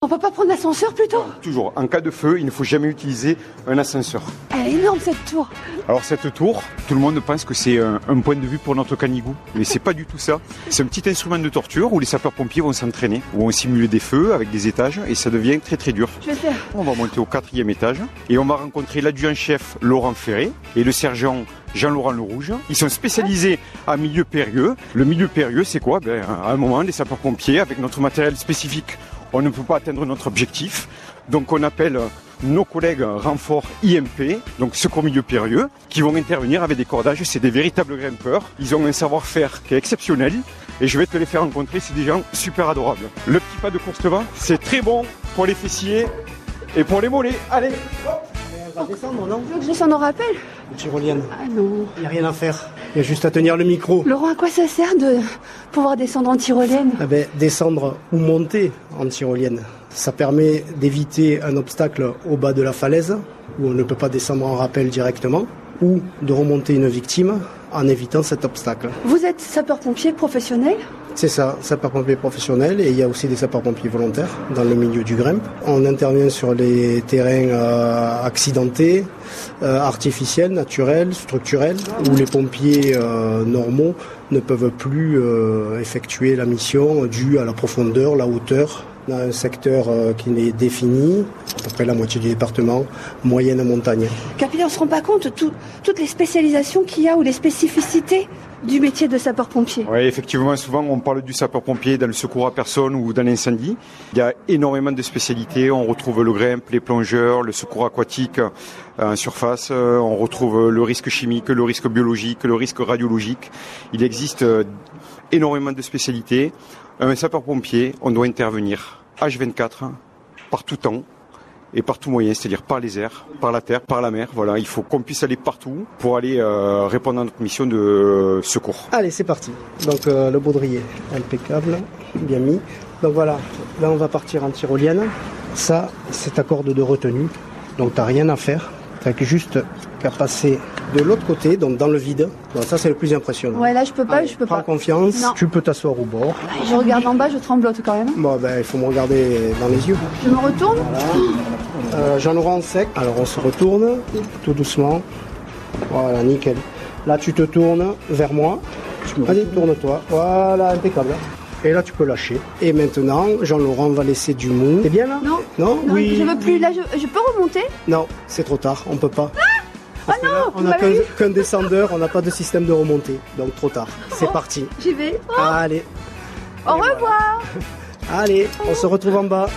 On peut pas prendre l'ascenseur plutôt Toujours, en cas de feu, il ne faut jamais utiliser un ascenseur. Elle est énorme cette tour. Alors cette tour, tout le monde pense que c'est un, un point de vue pour notre canigou, mais c'est pas du tout ça. C'est un petit instrument de torture où les sapeurs-pompiers vont s'entraîner, où on simule des feux avec des étages et ça devient très très dur. Je vais faire. On va monter au quatrième étage et on va rencontrer l'adjudant-chef Laurent Ferré et le sergent Jean-Laurent Le Rouge. Ils sont spécialisés en milieu périlleux. Le milieu périlleux, c'est quoi ben, À un moment, les sapeurs-pompiers, avec notre matériel spécifique, on ne peut pas atteindre notre objectif. Donc on appelle nos collègues renforts IMP, donc secours milieu périlleux, qui vont intervenir avec des cordages. C'est des véritables grimpeurs. Ils ont un savoir-faire qui est exceptionnel. Et je vais te les faire rencontrer, c'est des gens super adorables. Le petit pas de Courtevin, c'est très bon pour les fessiers et pour les mollets. Allez, On va descendre, non Tu veux que je descende en rappel Tyrolienne, Ah non. il n'y a rien à faire. Il y a juste à tenir le micro. Laurent, à quoi ça sert de pouvoir descendre en tyrolienne Ah ben, descendre ou monter en tyrolienne, ça permet d'éviter un obstacle au bas de la falaise, où on ne peut pas descendre en rappel directement, ou de remonter une victime en évitant cet obstacle. Vous êtes sapeur-pompier professionnel C'est ça, sapeurs-pompiers professionnels, et il y a aussi des sapeurs-pompiers volontaires dans le milieu du grimpe. On intervient sur les terrains euh, accidentés, euh, artificiels, naturels, structurels, où les pompiers euh, normaux ne peuvent plus euh, effectuer la mission due à la profondeur, la hauteur. On a un secteur euh, qui est défini, à peu près la moitié du département, moyenne montagne. Capitaine, on se rend pas compte tout- toutes les spécialisations qu'il y a ou les spécificités du métier de sapeur-pompier. Oui, effectivement, souvent on parle du sapeur-pompier dans le secours à personne ou dans l'incendie. Il y a énormément de spécialités. On retrouve le grimpe, les plongeurs, le secours aquatique euh, en surface. Euh, On retrouve le risque chimique, le risque biologique, le risque radiologique. Il existe euh, énormément de spécialités. Un sapeur-pompier, on doit intervenir H24 par tout temps et par tout moyen, c'est-à-dire par les airs, par la terre, par la mer. Voilà, il faut qu'on puisse aller partout pour aller euh, répondre à notre mission de euh, secours. Allez, c'est parti. Donc euh, le baudrier, impeccable, bien mis. Donc voilà, là on va partir en tyrolienne. Ça, c'est ta corde de retenue. Donc t'as rien à faire. T'as que juste qu'à passer de l'autre côté, donc dans le vide. Donc ça c'est le plus impressionnant. Ouais, là je peux pas, Allez, je peux Ah, prends pas. confiance, Non. tu peux t'asseoir au bord. Je regarde en bas, je tremblote quand même. Bon ben il faut me regarder dans les yeux. Je me retourne. Euh, Jean-Laurent sec. Alors on se retourne tout doucement. Voilà, nickel. Là tu te tournes vers moi. Allez, tourne-toi. Voilà, impeccable. Et là tu peux lâcher. Et maintenant, Jean-Laurent va laisser du mou. T'es bien là Non. Non, Non, Oui. Je veux plus. Là, je, je peux remonter Non, c'est trop tard, on peut pas. Ah non, on vous n'a m'avez qu'un eu. qu'un descendeur, on n'a pas de système de remontée. Donc trop tard. C'est Oh. parti. J'y vais. Oh, Allez, au revoir. allez, on se retrouve en bas.